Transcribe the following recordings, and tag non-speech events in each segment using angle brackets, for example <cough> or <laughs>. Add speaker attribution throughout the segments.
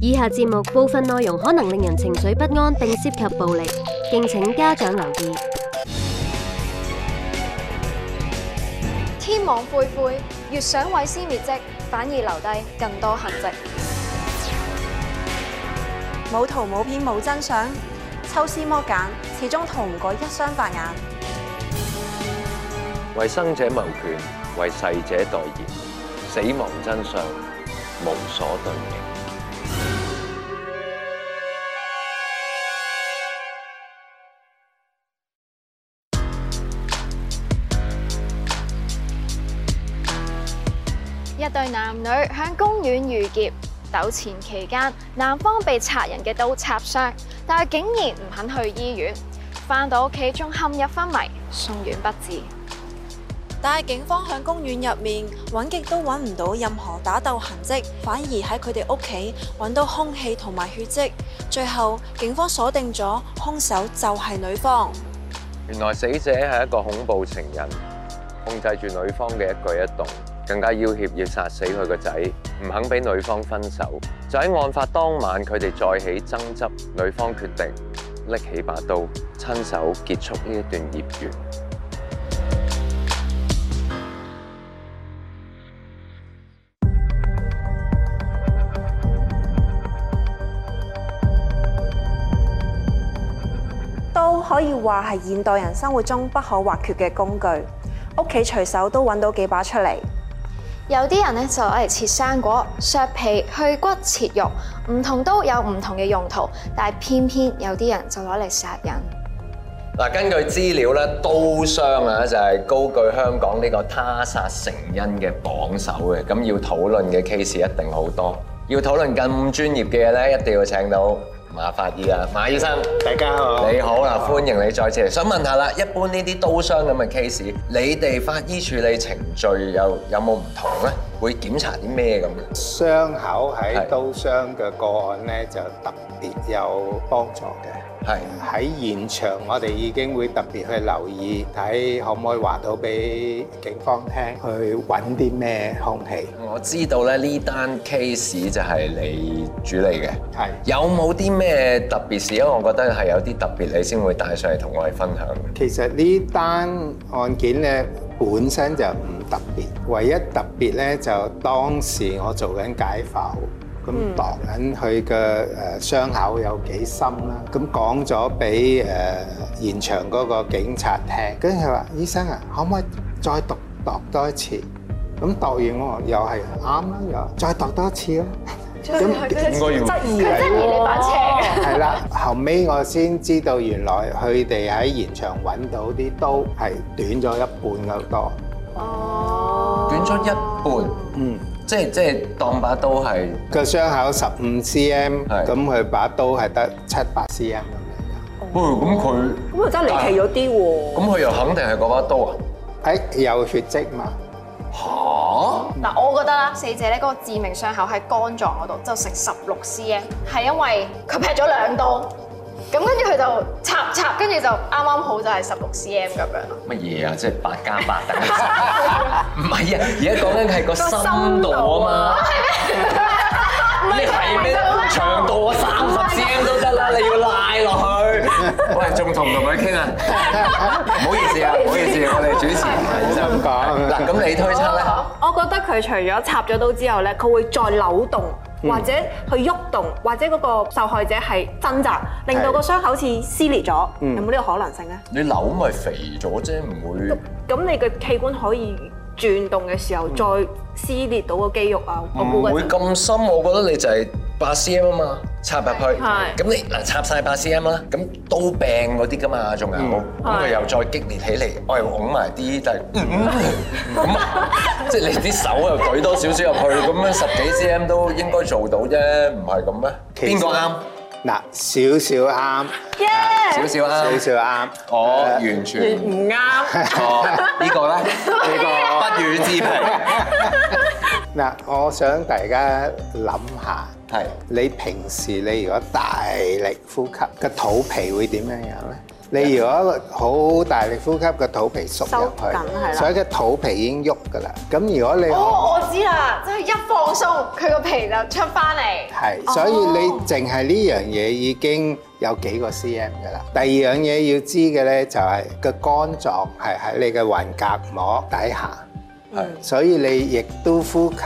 Speaker 1: 以下節目部分內容可能令人情緒不安並涉及暴力，敬請家長留意。
Speaker 2: 天網恢恢，越想毀屍滅跡，反而留低更多痕跡。
Speaker 3: 冇圖冇片冇真相，抽絲剝繭，始終逃唔過一雙法眼。
Speaker 4: 為生者謀權，為逝者代言，死亡真相無所遁形。
Speaker 2: 一對男女喺公園遇劫，糾纏期間，男方被賊人嘅刀插傷，但係竟然唔肯去醫院，翻到屋企仲陷入昏迷，送院不治。
Speaker 3: 但係警方喺公園入面揾極都揾唔到任何打鬥痕跡，反而喺佢哋屋企揾到兇器同埋血跡。最後警方鎖定咗兇手就係女方。
Speaker 4: 原來死者係一個恐怖情人，控制住女方嘅一舉一動，更加要挾要殺死佢個仔，唔肯俾女方分手。就喺案發當晚，佢哋再起爭執，女方決定拎起把刀，親手結束呢一段孽緣。
Speaker 3: 刀可以話係現代人生活中不可或缺嘅工具，屋企隨手都揾到幾把出嚟。
Speaker 2: 有啲人咧就攞嚟切生果、削皮、去骨、切肉，唔同刀有唔同嘅用途，但係偏偏有啲人就攞嚟殺人。
Speaker 4: 嗱，根據資料咧，刀傷啊就係高居香港呢個他殺成因嘅榜首嘅，咁要討論嘅 case 一定好多。要討論咁專業嘅嘢咧，一定要請到馬法醫啊，馬醫生。
Speaker 5: 大家好，
Speaker 4: 你好
Speaker 5: 啊
Speaker 4: 啦，歡迎你再次嚟。想問下啦，一般呢啲刀傷咁嘅 case，你哋法醫處理程序有有冇唔同咧？會檢查啲咩咁嘅？
Speaker 5: 傷口喺
Speaker 4: 係
Speaker 5: 刀傷嘅個案咧，就特別有幫助嘅。
Speaker 4: 係
Speaker 5: 喺現場，我哋已經會特別去留意，睇可唔可以話到俾警方聽，去揾啲咩兇器。
Speaker 4: 我知道咧，呢單 case 就係你處理嘅。
Speaker 5: 係
Speaker 4: 有冇啲咩特別事？因啊為我覺得係有啲特別，你先會帶上嚟同我哋分享。
Speaker 5: 其實呢單案件咧本身就唔特別，唯一特別咧就當時我做緊解剖，咁度緊佢嘅誒傷口有幾深啦，咁講咗俾誒現場嗰個警察聽，跟住佢話：醫生啊，可唔可以再度度多一次？咁度完我話又係啱啦，又話再度多一次啦。咁
Speaker 4: 應該要
Speaker 3: 質疑
Speaker 5: 佢質疑
Speaker 3: 你把尺。
Speaker 5: 係啦，後尾我先知道原來佢哋喺現場揾到啲刀係短咗一半咁多。
Speaker 3: 哦
Speaker 4: 短咗一半，
Speaker 5: 嗯，
Speaker 4: 即係即係當把刀係
Speaker 5: 個傷口十五 cm，
Speaker 4: 係
Speaker 5: 咁佢把刀係得七八 cm 咁
Speaker 4: 喂咁佢
Speaker 6: 咁啊真係離奇咗啲喎。
Speaker 4: 咁佢又肯定係嗰把刀啊？
Speaker 5: 樣嘅。誒有血跡嘛？
Speaker 4: 嚇！
Speaker 2: 嗱，我覺得啦，死者咧嗰個致命傷口喺肝臟嗰度，就成十六 cm，係因為佢劈咗兩刀，咁跟住佢就插插，跟住就啱啱好就係十六 cm 咁樣咯。
Speaker 4: 乜嘢啊？即係八加八等於十唔係啊！而家講緊係個深度啊嘛。你係咩？長度我啊三十 cm 都得啦，你要拉落去。喂，仲同唔同佢傾啊？唔好意思啊，唔好意思，我哋主持人係
Speaker 5: 咁講
Speaker 4: 嗱，咁你推測咧？
Speaker 6: 我覺得佢除咗插咗刀之後咧，佢會再扭動。或者去喐動，或者嗰個受害者係掙扎，令到個傷口似撕裂咗，
Speaker 5: 嗯
Speaker 6: 有冇呢個可能性咧？
Speaker 4: 你扭咪肥咗啫，唔會。
Speaker 6: 咁你嘅器官可以轉動嘅時候，再撕裂到個肌肉啊，我
Speaker 4: 唔
Speaker 6: 估
Speaker 4: 嗯會
Speaker 6: 計。
Speaker 4: 咁深，我覺得你就係八 cm 啊嘛，插入去，
Speaker 6: 係
Speaker 4: 咁你嗱插晒八 cm 啦，咁刀柄嗰啲噶嘛，仲有，咁佢
Speaker 6: 係
Speaker 4: 又再激烈起嚟，我又拱埋啲，但係嗯咁啊，即係你啲手又懟多少少入去，咁樣十幾 cm 都應該做到啫，唔係咁咩？
Speaker 5: 其實
Speaker 4: 邊個啱？
Speaker 5: 嗱，少少啱，
Speaker 4: 少少啱，
Speaker 5: 少少啱。
Speaker 4: 我完全唔啱。錯，呢個咧，呢個不予置評。
Speaker 5: 嗱，我想大家諗下，
Speaker 4: 係
Speaker 5: 你平時你如果大力呼吸，個肚皮會點樣樣咧？你如果好大力呼吸，個肚皮縮入
Speaker 6: 收緊係啦
Speaker 5: 去，所以個肚皮已經喐㗎啦。咁如果你
Speaker 2: 哦，我知啦，即係一放鬆，佢個皮就出翻嚟。
Speaker 5: 係，所以你淨係呢樣嘢已經有幾個 cm 㗎啦。第二樣嘢要知嘅咧，就係個肝臟係喺你嘅橫膈膜底下，
Speaker 4: 係
Speaker 5: 所以你亦都呼吸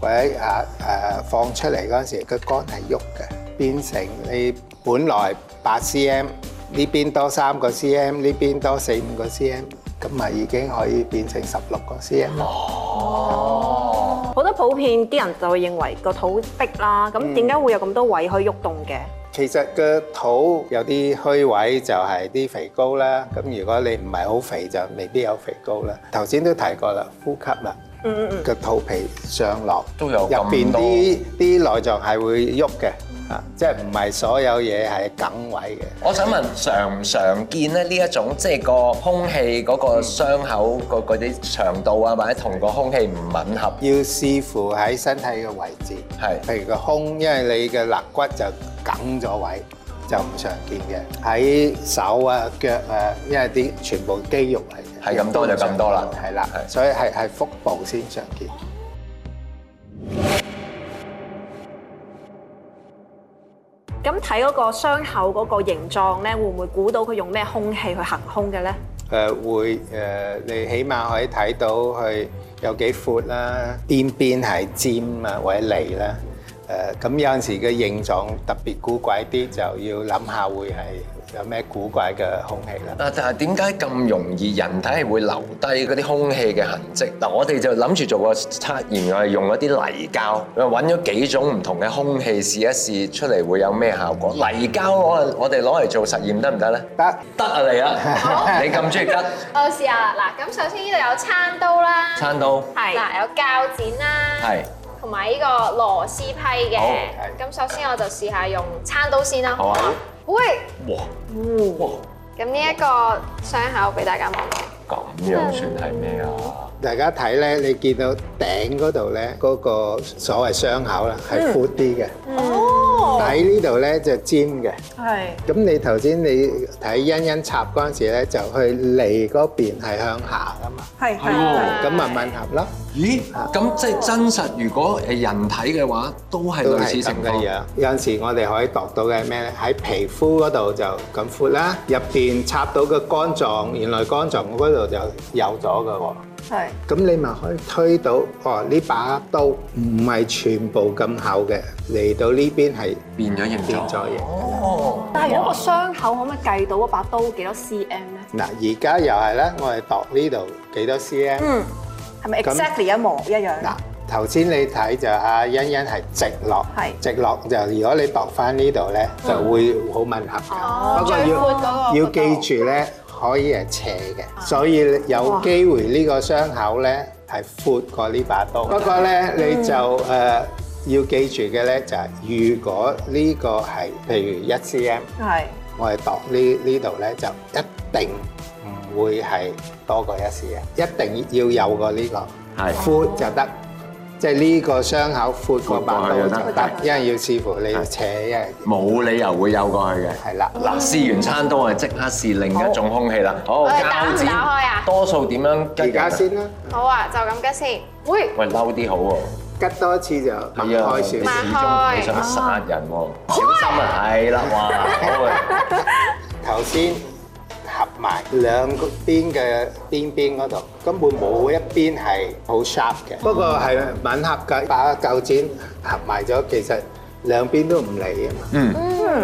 Speaker 5: 或者啊誒放出嚟嗰陣時，個肝係喐嘅，變成你本來八 cm 呢邊多三個 cm，呢邊多四五個 cm，咁咪已經可以變成十六個 cm 咯。
Speaker 6: 好多普遍啲人就會認為個肚逼啦，咁點解會有咁多位可以喐動嘅？
Speaker 5: 其實個肚有啲虛位就係啲肥膏啦，咁如果你唔係好肥就未必有肥膏啦。頭先都提過啦，呼吸啦，
Speaker 6: 嗯嗯嗯，
Speaker 5: 個肚皮上落
Speaker 4: 都有
Speaker 5: 入
Speaker 4: 哦咁
Speaker 5: 邊
Speaker 4: 多
Speaker 5: 啲啲內臟係會喐嘅，啊，即係唔係所有嘢係梗位嘅。
Speaker 4: 我想問常唔常見咧呢一種即係個空氣嗰個傷口個嗰啲長度啊，或者同個空氣唔吻合，
Speaker 5: 要視乎喺身體嘅位置，
Speaker 4: 係
Speaker 5: 譬如個胸，因為你嘅肋骨就梗咗位，就唔常見嘅。喺手啊、腳啊，因為啲全部肌肉嚟嘅，
Speaker 4: 係咁多就咁多啦
Speaker 5: 係啦，
Speaker 4: 係
Speaker 5: 所以係係腹部先常見。
Speaker 6: 咁睇嗰個傷口嗰個形狀咧，會唔會估到佢用咩空氣去行空嘅咧？
Speaker 5: 誒、會誒、你起碼可以睇到佢有幾闊啦，邊邊係尖啊或者脷啦。誒、咁有陣時嘅形狀特別古怪啲，就要諗下會係有咩古怪嘅空氣啦。
Speaker 4: 啊！但係點解咁容易人體係會留低嗰啲空氣嘅痕跡？嗱，我哋就諗住做個測驗，我係用嗰啲泥膠，我揾咗幾種唔同嘅空氣試一試，出嚟會有咩效 <laughs> 果？泥膠我我哋攞嚟做實驗得唔得呢？
Speaker 5: 得。
Speaker 4: 得啊你啊， <laughs> 你咁中意 <laughs> 得
Speaker 2: 我試下啦，啊嗱，咁首先呢度有餐刀啦，
Speaker 4: 餐刀
Speaker 6: 係
Speaker 2: 嗱有鉸剪啦，
Speaker 4: 係
Speaker 2: 同埋呢個螺絲批嘅
Speaker 4: 好。
Speaker 2: 咁首先我就試下用餐刀先啦。
Speaker 4: 好啊。
Speaker 2: 喂，哦
Speaker 4: 哇哇
Speaker 2: 咁呢一個傷口俾大家望望。
Speaker 4: 咁樣算係咩啊？
Speaker 5: 大家睇咧，你見到頂嗰度咧，嗰、個所謂傷口啦，係闊啲嘅。哦，底呢度咧就尖嘅。
Speaker 6: 係
Speaker 5: 咁你頭先你睇欣欣插嗰陣時咧，就去脷嗰邊係向下噶嘛，
Speaker 6: 係
Speaker 4: 係喎
Speaker 5: 咁咪吻合咯，
Speaker 4: 咦，
Speaker 5: 啊
Speaker 4: 咁即係真實，如果誒人體嘅話，都係
Speaker 5: 都
Speaker 4: 類
Speaker 5: 係
Speaker 4: 似
Speaker 5: 咁
Speaker 4: 情
Speaker 5: 嘅
Speaker 4: 況。
Speaker 5: 樣。有陣時我哋可以度到嘅係咩咧？喺皮膚嗰度就咁闊啦，入邊插到個肝臟，原來肝臟嗰度就有咗嘅喎。
Speaker 6: 係
Speaker 5: 咁你咪可以推到哦，呢把刀唔係全部咁厚嘅，嚟到呢邊係
Speaker 4: 變咗形
Speaker 5: 變
Speaker 4: 狀。
Speaker 5: 咗形。
Speaker 4: 哦，
Speaker 6: 但係如果個傷口可唔可以計到嗰把刀幾多 cm 咧？
Speaker 5: 嗱，而家又係咧，我哋度呢度幾多 cm？
Speaker 6: 嗯，係咪
Speaker 5: 咁
Speaker 6: exactly 一模一樣？
Speaker 5: 嗱，頭先你睇就阿欣欣係直落，
Speaker 6: 係
Speaker 5: 直落就如果你度翻呢度咧，就會好吻合嘅。
Speaker 2: 哦
Speaker 5: 不過要
Speaker 2: 嗰
Speaker 5: 要記住咧，可以係斜嘅，所以有機會呢個傷口咧係闊過呢把刀。不過咧，你就誒、呃要記住嘅咧就係、如果呢個係譬如一 cm，
Speaker 6: 係
Speaker 5: 我哋度呢呢度咧就一定唔會係多過一 cm，一定要有過呢、個
Speaker 4: 係
Speaker 5: 闊就得。即係呢個傷口闊過把刀
Speaker 4: 闊過去就
Speaker 5: 就
Speaker 4: 得
Speaker 5: 得，因為要視乎你斜，因為
Speaker 4: 冇理由會有過去嘅。
Speaker 5: 係啦。
Speaker 4: 嗱，試完餐刀，我哋即刻試另一種空氣啦。好，
Speaker 2: 我哋打唔
Speaker 4: 膠剪
Speaker 2: 打開啊
Speaker 4: 多數點樣吉
Speaker 5: 而
Speaker 4: 人啊
Speaker 5: 家先啦。
Speaker 2: 好啊，就咁嘅先。喂，
Speaker 4: 喂，嬲啲好喎。
Speaker 5: 吉多一次就擘
Speaker 4: 係啊，
Speaker 5: 開
Speaker 4: 你
Speaker 5: 少
Speaker 4: 始
Speaker 5: 少。
Speaker 4: 終你想殺人喎，小心啊！係啦，哇，好啊
Speaker 5: <laughs> 頭先合埋兩個邊嘅邊邊嗰度，根本冇一邊係好 sharp 嘅。不過係吻合嘅，把舊剪合埋咗，其實兩邊都唔理啊嘛。
Speaker 4: 嗯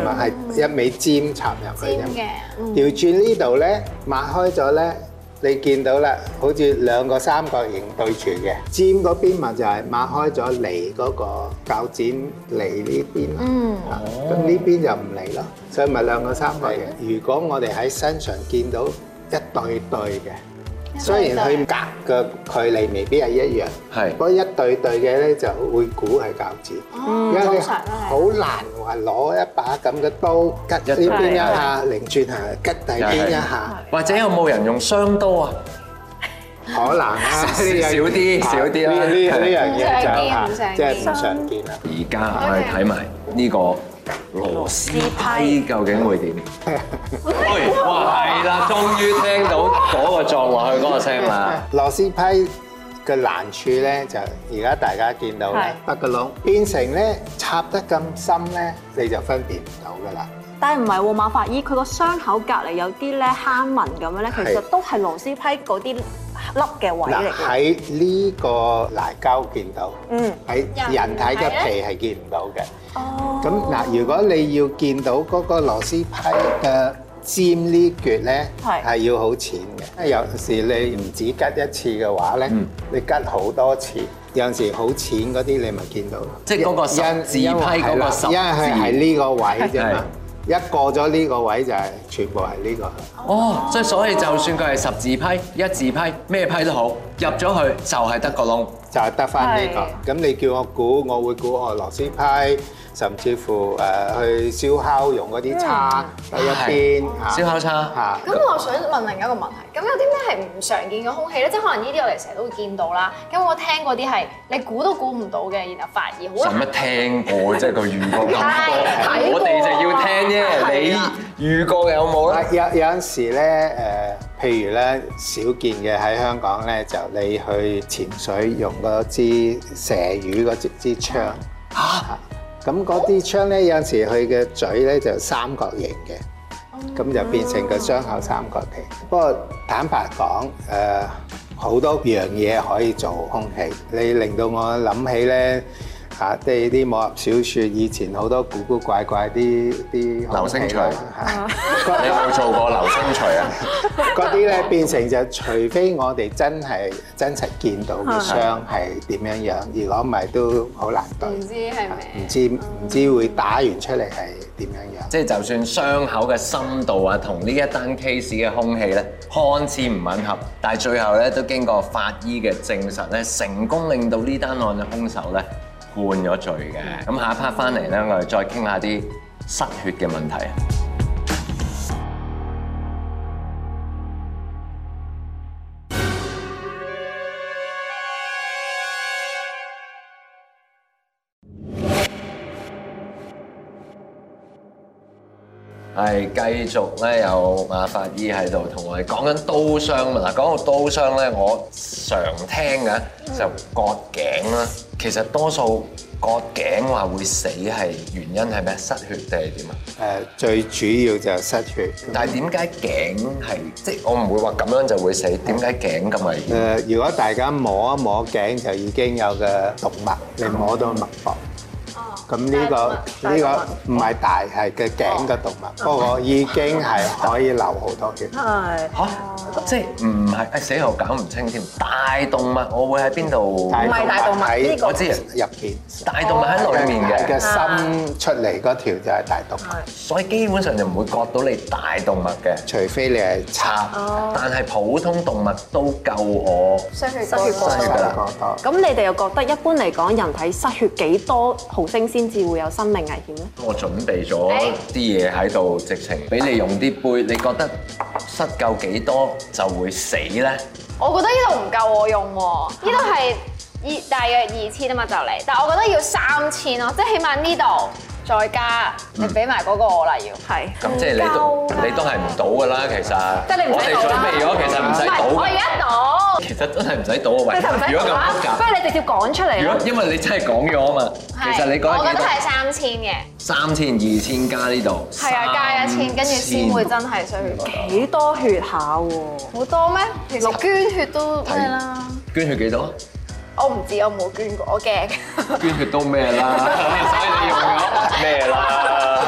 Speaker 5: 咪係一味尖插入去
Speaker 2: 尖
Speaker 5: 啫嘛。
Speaker 2: 嘅，
Speaker 5: 調轉呢度咧，抹開咗咧，你見到啦，好似兩個三角形對住嘅，尖嗰邊咪就係抹開咗嚟嗰個鉸剪嚟呢邊啦。
Speaker 1: 嗯
Speaker 5: 啊咁呢邊就唔嚟咯，所以咪兩個三個嘅。如果我哋喺身上見到一對對嘅，雖然佢隔嘅距離未必係一樣，
Speaker 4: 係
Speaker 5: 不過一對對嘅咧就會估係鉸剪，因為你
Speaker 2: 哦通常都係
Speaker 5: 好難話攞一把咁嘅刀吉呢邊一下，擰轉下吉第邊一下，
Speaker 4: 或者有冇人用雙刀啊？
Speaker 5: 可能啊，
Speaker 4: 少啲少啲啦
Speaker 5: 呢呢呢樣嘢
Speaker 2: 唔常
Speaker 5: 就
Speaker 2: 見唔常見
Speaker 5: 即係唔常見啦。
Speaker 4: 而家我哋睇埋呢個螺絲批究竟會點？喂，哇，係啦，終於聽到嗰個撞落去嗰個聲啦。
Speaker 5: 螺絲批嘅難處咧，就而家大家見到咧，北個窿變成咧插得咁深咧，你就分辨唔到噶啦。
Speaker 6: 但係唔係喎，馬法醫佢個傷口隔離有啲咧坑紋咁樣咧，其
Speaker 5: 係
Speaker 6: 實都係螺絲批嗰啲粒嘅位嚟
Speaker 5: 嗱
Speaker 6: 嘅。
Speaker 5: 喺呢個泥膠見到，
Speaker 6: 嗯，
Speaker 5: 喺人體嘅皮係見唔到嘅。
Speaker 6: 哦
Speaker 5: 咁嗱，如果你要見到嗰個螺絲批嘅尖呢橛咧，
Speaker 6: 係
Speaker 5: 係要好淺嘅。有時你唔止吉一次嘅話咧，
Speaker 4: 嗯
Speaker 5: 你吉好多次。有陣時好淺嗰啲你咪見到咯，
Speaker 4: 即係嗰個
Speaker 5: 因
Speaker 4: 十字批
Speaker 5: 因為
Speaker 4: 嗰個十字
Speaker 5: 因為佢係呢個位啫
Speaker 4: 係
Speaker 5: 嘛，一過咗呢個位就係全部係呢個。
Speaker 4: 哦，即係所以就算佢係十字批、一字批，咩批都好，入咗去就係得個窿。
Speaker 5: 就係得翻呢個。咁你叫我估，我會估我螺絲批，甚至乎誒、去燒烤用嗰啲叉喺一邊
Speaker 4: 燒烤
Speaker 5: 嚇。
Speaker 4: 叉，
Speaker 5: 嚇
Speaker 2: 咁我想問另一個問題，咁有啲咩係唔常見嘅空氣咧？即係可能呢啲我哋成日都會見到啦。咁我聽過啲係你估都估唔到嘅，然後發現好
Speaker 4: 使
Speaker 2: 難
Speaker 4: 乜聽過啫？佢遇過咁
Speaker 2: 係
Speaker 4: 多，啊
Speaker 2: 睇過
Speaker 4: 我哋就要聽啫。你遇過有冇咧？
Speaker 5: 有啊有陣時咧誒，譬如咧少見嘅喺香港咧，就你去潛水用嗰支蛇魚嗰支支槍嚇，咁嗰啲槍咧有陣時佢嘅嘴咧就三角形嘅，咁就變成個傷口三角形。不過坦白講誒。好多樣嘢可以做空氣，你令到我諗起咧嚇，即係啲武俠小説以前好多古古怪怪啲啲空氣
Speaker 4: 流星
Speaker 5: 啦
Speaker 4: 錘
Speaker 5: 嚇
Speaker 4: 你有冇做過流星錘啊？
Speaker 5: 嗰啲咧變成就，除非我哋真係真實見到嘅傷係點樣樣，如果唔係都好難對，
Speaker 2: 唔知係咪？
Speaker 6: 嗯
Speaker 5: 唔知唔知會打完出嚟係點樣樣。
Speaker 4: 即係就算傷口嘅深度啊，同呢一單 case 嘅空氣咧，看似唔吻合，但係最後咧都經過法醫嘅證實咧，成功令到呢單案嘅兇手咧判咗罪嘅。咁下一 part 翻嚟咧，我哋再傾下啲失血嘅問題。係繼續咧，有馬法醫喺度同我哋講緊刀傷啦。嗱，講到刀傷咧，我常聽嘅就割頸啦。其實多數割頸話會死係原因係咩？失血定係點啊？
Speaker 5: 誒，最主要就係失血。
Speaker 4: 但係點解頸係即係我唔會話咁樣就會死？點解頸咁危險？
Speaker 5: 誒，如果大家摸一摸頸就已經有嘅動脈，你摸到脈搏。咁呢個
Speaker 2: 大動脈
Speaker 5: 呢個唔係大係嘅頸嘅動脈，不過已經係可以流好多血。
Speaker 6: 係。
Speaker 4: 嚇、即係唔係？誒死我搞唔清添。大動脈我會喺邊度？
Speaker 5: 大動
Speaker 6: 係大動脈呢
Speaker 5: 喺
Speaker 6: 個
Speaker 4: 我知，
Speaker 5: 入邊，
Speaker 4: 大動脈喺裏面嘅。
Speaker 5: 嘅心出嚟嗰條就係大動脈。
Speaker 4: 所以基本上就唔會割到你大動脈嘅
Speaker 5: 除非你係
Speaker 4: 插，但係普通動脈都夠我
Speaker 2: 失血
Speaker 6: 失血過
Speaker 5: 細
Speaker 6: 多
Speaker 5: 個多，
Speaker 6: 咁你哋又覺得一般嚟講，人體失血幾多毫升先至會有生命危險咧？
Speaker 4: 我準備咗啲嘢喺度，直情俾你用啲杯，你覺得失夠幾多就會死呢？
Speaker 2: 我覺得呢度唔夠我用喎，呢度係二大約二千啊嘛就嚟，但我覺得要三千咯，即係起碼呢度再加，你俾埋嗰個我啦要。
Speaker 6: 係。
Speaker 4: 咁即係你都你都係唔賭㗎啦，其實。
Speaker 2: 即係你唔
Speaker 4: 我
Speaker 2: 使
Speaker 4: 哋
Speaker 2: 賭
Speaker 4: 準備
Speaker 2: 啦
Speaker 4: 咗，其實唔使
Speaker 6: 嗯
Speaker 2: 唔係，我而
Speaker 4: 賭㗎。
Speaker 2: 家到，
Speaker 4: 其實真係唔使賭啊！
Speaker 6: 你就唔
Speaker 4: 喂，
Speaker 6: 使
Speaker 4: 如果
Speaker 6: 講
Speaker 4: 咁
Speaker 6: 啦
Speaker 4: 複，
Speaker 6: 不
Speaker 4: 雜，
Speaker 6: 如你直接講出嚟
Speaker 4: 如
Speaker 6: 啦
Speaker 4: 果。因為你真係講咗啊嘛，其實你
Speaker 2: 係我
Speaker 4: 講
Speaker 2: 覺
Speaker 4: 幾
Speaker 2: 得
Speaker 4: 多？
Speaker 2: 係三千嘅，
Speaker 4: 三千、二千加呢度，
Speaker 2: 係啊，加一千，跟住先會
Speaker 4: 3000
Speaker 2: 真係需要。
Speaker 6: 幾多血下喎？
Speaker 2: 好多咩？其實捐血都咩啦？
Speaker 4: 捐血幾
Speaker 2: <laughs>
Speaker 4: 多？
Speaker 2: 我唔知，我冇捐過，我驚。
Speaker 4: 捐血都咩啦，所以你用咗咩啦，係啊，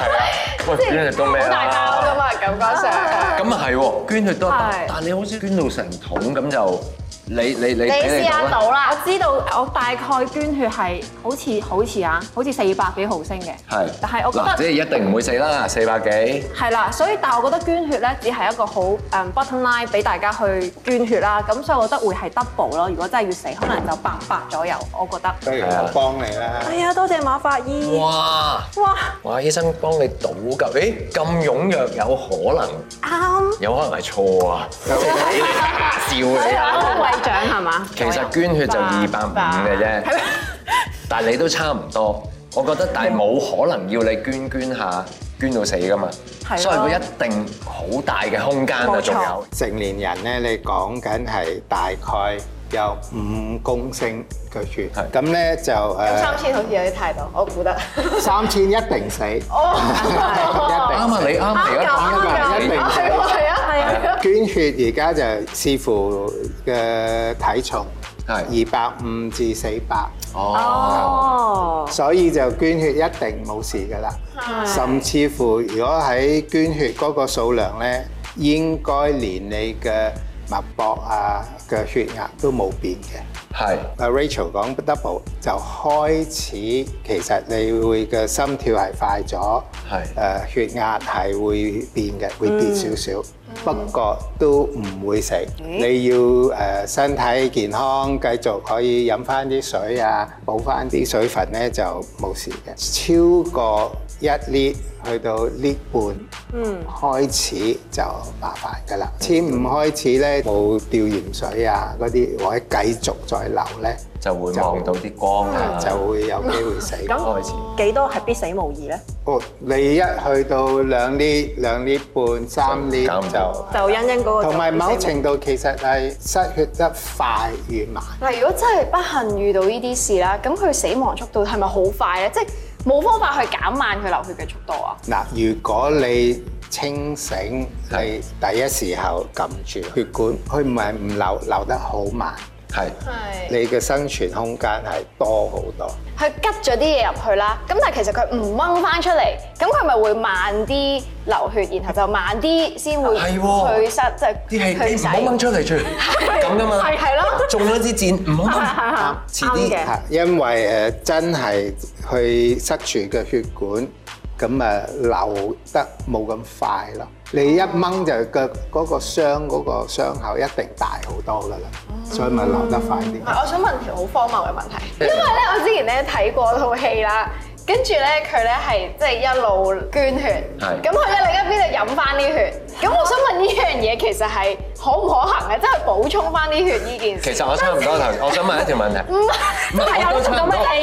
Speaker 4: 喂，捐血都咩
Speaker 2: 好大包
Speaker 4: 啦
Speaker 2: 噶。嘛，感覺上。
Speaker 4: 咁啊係喎，捐血都得
Speaker 6: 係，
Speaker 4: 但係你好少捐到成桶咁就，你你你啊
Speaker 2: 你
Speaker 4: 俾
Speaker 2: 試
Speaker 4: 你
Speaker 2: 下
Speaker 4: 講啦，
Speaker 2: 到啦
Speaker 6: 我，知道我大概捐血係好似好似啊，好似四百幾毫升嘅。
Speaker 4: 係，
Speaker 6: 但係我覺
Speaker 4: 嗱，即
Speaker 6: 得
Speaker 4: 係一定唔會死啦，四百幾，
Speaker 6: 係啦，所以但係我覺得捐血咧，只係一個好誒 button line 俾大家去捐血啦。咁所以我覺得會係 double 咯。如果真係要死，可能就八百左右，我覺得。
Speaker 5: 不如我幫你啦。
Speaker 6: 係啊，多謝馬法醫。
Speaker 4: 哇！
Speaker 6: 哇！
Speaker 4: 哇！醫生幫你倒㗎，誒咁踴躍，有可能，
Speaker 6: 啱。
Speaker 4: 有可能係錯啊！笑你啊！
Speaker 6: 安慰獎係嘛？
Speaker 4: 其實捐血就二百五嘅啫，但係你都差唔多。我覺得但係冇可能要你捐捐下捐到死噶嘛，
Speaker 6: 係咯
Speaker 4: 所以佢一定好大嘅空間啊，
Speaker 6: 冇錯
Speaker 4: 仲有
Speaker 5: 成年人咧，你講緊係大概有五公升嘅血，
Speaker 4: 係
Speaker 5: 咁咧就
Speaker 2: 咁
Speaker 5: 誒
Speaker 2: 三千好似有啲態度，我估得。哦
Speaker 5: 三千一定死，一定
Speaker 2: Dạ.
Speaker 5: 哦
Speaker 2: <laughs>
Speaker 4: 啱啊！
Speaker 5: 死
Speaker 4: 你啱啊！而家講
Speaker 5: 啱㗎
Speaker 4: 緊
Speaker 5: 一定
Speaker 4: 你
Speaker 5: 死。
Speaker 2: 係啊，係啊。
Speaker 5: 捐血而家就視乎嘅體重，
Speaker 4: 係
Speaker 5: 二百五至四百，
Speaker 4: 哦，
Speaker 6: 哦，
Speaker 5: 所以就捐血一定冇事噶啦。甚至乎如果喺捐血嗰個數量咧，應該連你嘅脈搏啊嘅血壓都冇變嘅。
Speaker 4: 係
Speaker 5: 阿 Rachel 講 double 就開始，其實你會嘅心跳係快咗，
Speaker 4: 係
Speaker 5: 誒、呃血壓係會變嘅，會跌少少，不過都唔會死。你要誒、身體健康，繼續可以飲翻啲水啊，補翻啲水分咧就冇事嘅。超過一 lit 去到 lit 半，嗯，開始就麻煩㗎啦。千五開始咧冇吊鹽水啊嗰啲，或者繼續再流咧，
Speaker 4: 就會望到啲光啊，
Speaker 5: 就會有機會死。
Speaker 4: 開始
Speaker 6: 幾多係必死無疑咧？
Speaker 5: 哦，你一去到兩 lit、兩 lit 半、三 lit
Speaker 4: 搞唔
Speaker 5: 就
Speaker 4: 到。
Speaker 6: 就欣欣嗰個
Speaker 5: 同埋某
Speaker 6: 必死無疑
Speaker 5: 程度其實係失血得快與慢，
Speaker 2: 嗱，如果真係不幸遇到呢啲事啦，咁佢死亡速度係咪好快咧？即係冇方法去減慢佢流血嘅速度啊？
Speaker 5: 嗱，如果你清醒，
Speaker 4: 係
Speaker 5: 係第一時候撳住血管，佢唔係唔流，流得好慢，
Speaker 4: 係
Speaker 5: 你嘅生存空間係多好多。
Speaker 2: 佢吉咗啲嘢入去啦，咁但係其實佢唔掹翻出嚟，咁佢咪會慢啲流血，然後就慢啲先會
Speaker 4: 啊係喎
Speaker 2: 去失，即係
Speaker 4: 啲氣你
Speaker 2: 去
Speaker 4: 唔
Speaker 2: 洗
Speaker 4: 好掹出嚟住，咁噶嘛，
Speaker 2: 係係咯，
Speaker 4: 中咗支箭唔好掹，遲
Speaker 6: 啱
Speaker 4: 啲
Speaker 6: 嘅
Speaker 5: 嚇，因為誒真係去塞住嘅血管，咁誒流得冇咁快咯。你一掹就個嗰個傷嗰個傷口一定大好多噶啦，所以咪流得快啲
Speaker 2: 唔。係，我想問條好荒謬嘅問題，因為咧我之前咧睇過套戲啦，跟住咧佢咧係即係一路捐血，
Speaker 4: 係
Speaker 2: 咁佢喺另一邊就飲翻啲血，咁我想問呢樣嘢其實係可唔可行嘅？即係補充翻啲血呢件事。
Speaker 4: 其實我差唔多頭，我想問一條問題。
Speaker 2: 唔
Speaker 4: 唔係我都差唔多
Speaker 2: 係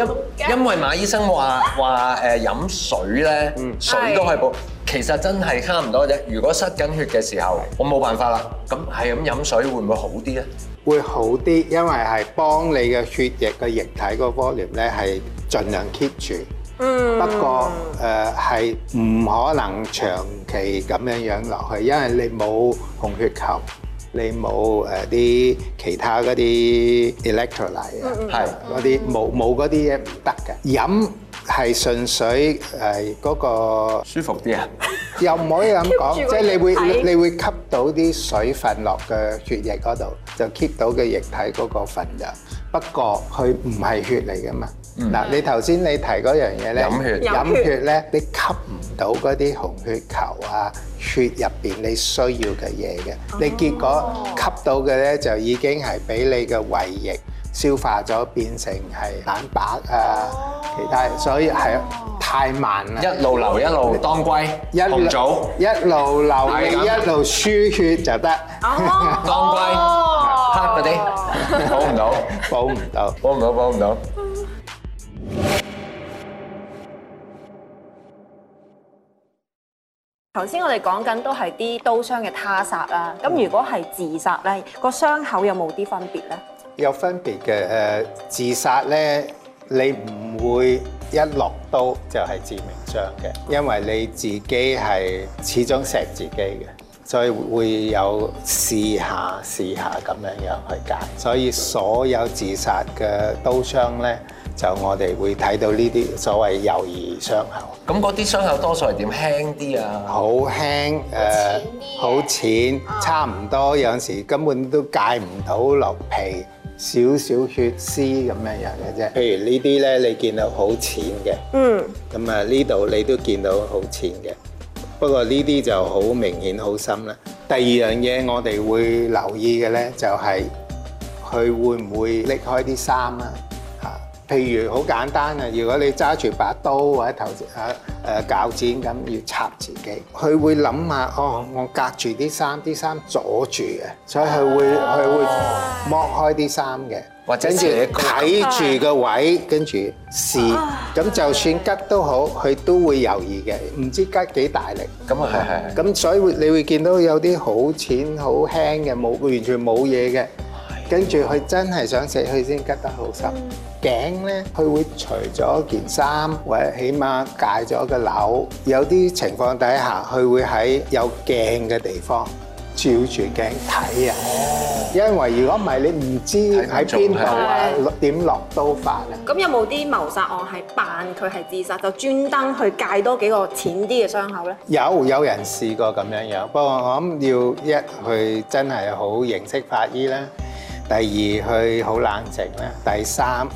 Speaker 4: 因因為馬醫生話話誒飲水咧，水都係補。其實真係差唔多啫。如果塞緊血嘅時候，我冇辦法啦。咁係咁飲水會唔會好啲咧？
Speaker 5: 會好啲，因為係幫你嘅血液嘅液體個 volume 咧係盡量 keep 住。嗯。不過誒係唔可能長期咁樣樣落去，因為你冇紅血球，你冇誒啲其他嗰啲 electrolyte 啊。
Speaker 4: 係
Speaker 5: 嗰啲冇冇嗰啲嘢唔得嘅，飲係純粹誒嗰個
Speaker 4: 舒服啲啊！
Speaker 5: 又唔可以咁講，
Speaker 6: 住
Speaker 5: 即
Speaker 6: 個
Speaker 5: 係你會
Speaker 6: 液體
Speaker 5: 你會吸到啲水分落嘅血液嗰度，就 keep 到嘅液體嗰個份量。不過佢唔係血嚟噶嘛。嗱，你頭先你提嗰樣嘢
Speaker 4: 嗯
Speaker 5: 咧，
Speaker 4: 飲血
Speaker 5: 飲血咧，你吸唔到嗰啲紅血球啊，血入邊你需要嘅嘢嘅，你結果吸到嘅咧就已經係俾你嘅胃液消化咗，變成係蛋白啊，其他，所以係太慢啦。
Speaker 4: 一路流一路當歸，
Speaker 5: 一路
Speaker 4: 紅棗
Speaker 5: 一路流
Speaker 4: 係
Speaker 5: 你
Speaker 4: 咁
Speaker 5: 一路輸血就得，
Speaker 6: 哦，
Speaker 4: 當歸，
Speaker 2: 哦
Speaker 4: 黑嗰啲補唔到，
Speaker 5: 補唔到。
Speaker 4: 補唔到，補唔到。
Speaker 6: 頭先我哋講緊都係啲刀傷嘅他殺啦，咁如果係自殺咧，個傷口有冇啲分別咧？
Speaker 5: 有分別嘅誒，自殺咧，你唔會一落刀就係致命傷嘅，因為你自己係始終錫自己嘅，所以會有試下試下咁樣樣去揀。所以所有自殺嘅刀傷咧，就我哋會睇到呢啲所謂猶疑傷口。
Speaker 4: 咁嗰啲傷口多數係點輕啲啊？
Speaker 5: 好輕誒，好淺，差唔多有陣時根本都戒唔到落皮，少少血絲咁樣樣嘅啫。譬如呢啲咧，你見到好淺嘅，
Speaker 6: 嗯，
Speaker 5: 咁啊呢度你都見到好淺嘅。不過呢啲就好明顯好深啦。第二樣嘢我哋會留意嘅咧，就係佢會唔會拎開啲衫啊？嚇，譬如好簡單啊，如果你揸住把刀或者頭啊誒鉸剪咁要插自己，佢會諗下哦，我隔住啲衫，啲衫阻住嘅，所以佢會佢會剝開啲衫嘅。
Speaker 4: 哦或者
Speaker 5: 跟住
Speaker 4: 扯高啊
Speaker 5: 睇住個位，跟住試，咁就算吉都好，佢都會猶豫嘅，唔知吉幾大力。
Speaker 4: 咁啊係係係。
Speaker 5: 咁所以會你會見到有啲好淺、好輕嘅，冇完全冇嘢嘅，跟住佢真係想食，佢先吉得好深。頸咧，佢會除咗件衫，或者起碼戒咗個紐。有啲情況底下，佢會喺有鏡嘅地方照住鏡睇啊。
Speaker 4: 哦
Speaker 5: 因為如果唔係，你唔知喺邊度啊，點落刀法啊。
Speaker 6: 咁有冇啲謀殺案係扮佢係自殺，就專登去戒多幾個淺啲嘅傷口咧？
Speaker 5: 有有人試過咁樣樣，不過我諗要一佢真係好認識法醫啦，第二佢好冷靜啦，第三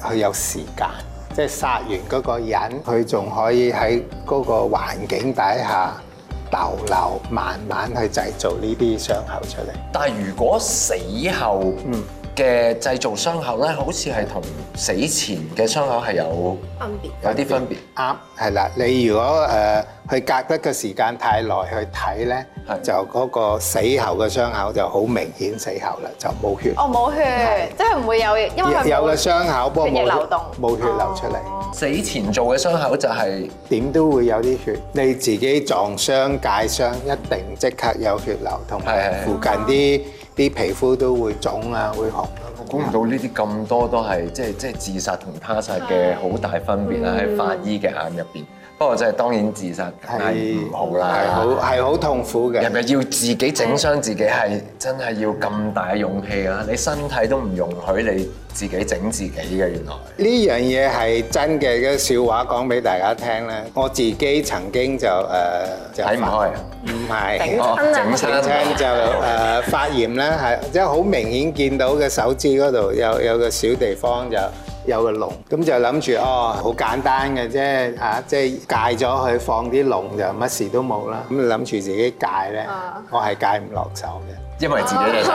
Speaker 5: 佢有時間，即係殺完嗰個人，佢仲可以喺嗰個環境底下逗留，慢慢去製造呢啲傷口出嚟。
Speaker 4: 但係如果死後
Speaker 5: 嗯
Speaker 4: 嘅製造傷口咧，好似係同死前嘅傷口係有
Speaker 6: 分別。
Speaker 4: 有啲分別。
Speaker 5: 啱，係啦。你如果誒佢隔得個時間太耐去睇咧
Speaker 4: 係，
Speaker 5: 就嗰個死後嘅傷口就好明顯死後啦，就冇血。
Speaker 2: 我哦冇血，即係唔會有，因為佢
Speaker 5: 有
Speaker 2: 冇
Speaker 5: 嘅傷口，不過
Speaker 2: 血
Speaker 5: 冇
Speaker 2: 液流動
Speaker 5: 冇血流出嚟，
Speaker 4: 死前做嘅傷口就係
Speaker 5: 點都會有啲血。你自己撞傷、界傷，一定即刻有血流，同
Speaker 4: 係係
Speaker 5: 埋
Speaker 4: 係
Speaker 5: 附近啲啲皮膚都會腫啊，會紅啊。
Speaker 4: 我估唔到呢啲咁多都係即係即係自殺同他殺嘅好大分別啦，啊
Speaker 6: 嗯
Speaker 4: 喺法醫嘅眼入邊。不過就係當然自殺係唔好
Speaker 5: 係好
Speaker 4: 啦，
Speaker 5: 係好痛苦
Speaker 4: 係
Speaker 5: 嘅。
Speaker 4: 咪要自己整傷自己係真係要咁大勇氣啦？你身體都唔容許你自己整自己嘅原來。
Speaker 5: 呢樣嘢係真嘅，嘅笑話講俾大家聽咧。我自己曾經就誒、就
Speaker 4: 睇唔開啊，
Speaker 5: 唔係。
Speaker 4: 哦整
Speaker 5: 整親就誒發炎啦，係即係好明顯見到嘅手指嗰度有有個小地方就有個窿，咁就諗住哦好簡單嘅啫嚇，即係戒咗佢放啲窿就乜事都冇啦。咁諗住自己戒咧
Speaker 2: 啊，
Speaker 5: 我係戒唔落手嘅，
Speaker 4: 因為自己嘅 <laughs> 手，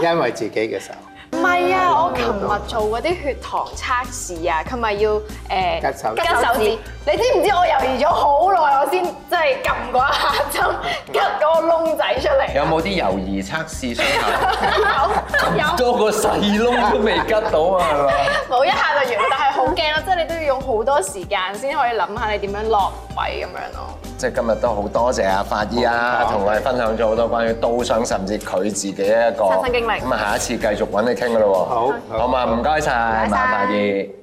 Speaker 5: 因為自己嘅手
Speaker 2: 唔係啊！我琴日做嗰啲血糖測試啊，佢咪要誒
Speaker 5: 拮手指
Speaker 2: 拮手指。你知唔知我猶豫咗好耐，我先即係撳嗰一下針，拮嗰個窿仔出嚟。
Speaker 4: 有冇啲猶豫測試傷口？
Speaker 2: 有有
Speaker 4: 多個細窿都未拮到啊，係嘛？
Speaker 2: 冇一下就完，但係好驚咯，即係你都要用好多時間先可以諗下你點樣落位咁樣咯。
Speaker 4: 即係今日都好多謝阿法醫啊，同我哋分享咗好多關於刀傷，甚至佢自己一個親
Speaker 6: 身經歷
Speaker 4: 咁啊，下一次繼續揾你傾噶咯喎。
Speaker 5: 好
Speaker 4: 好嘛，唔該晒，馬法醫。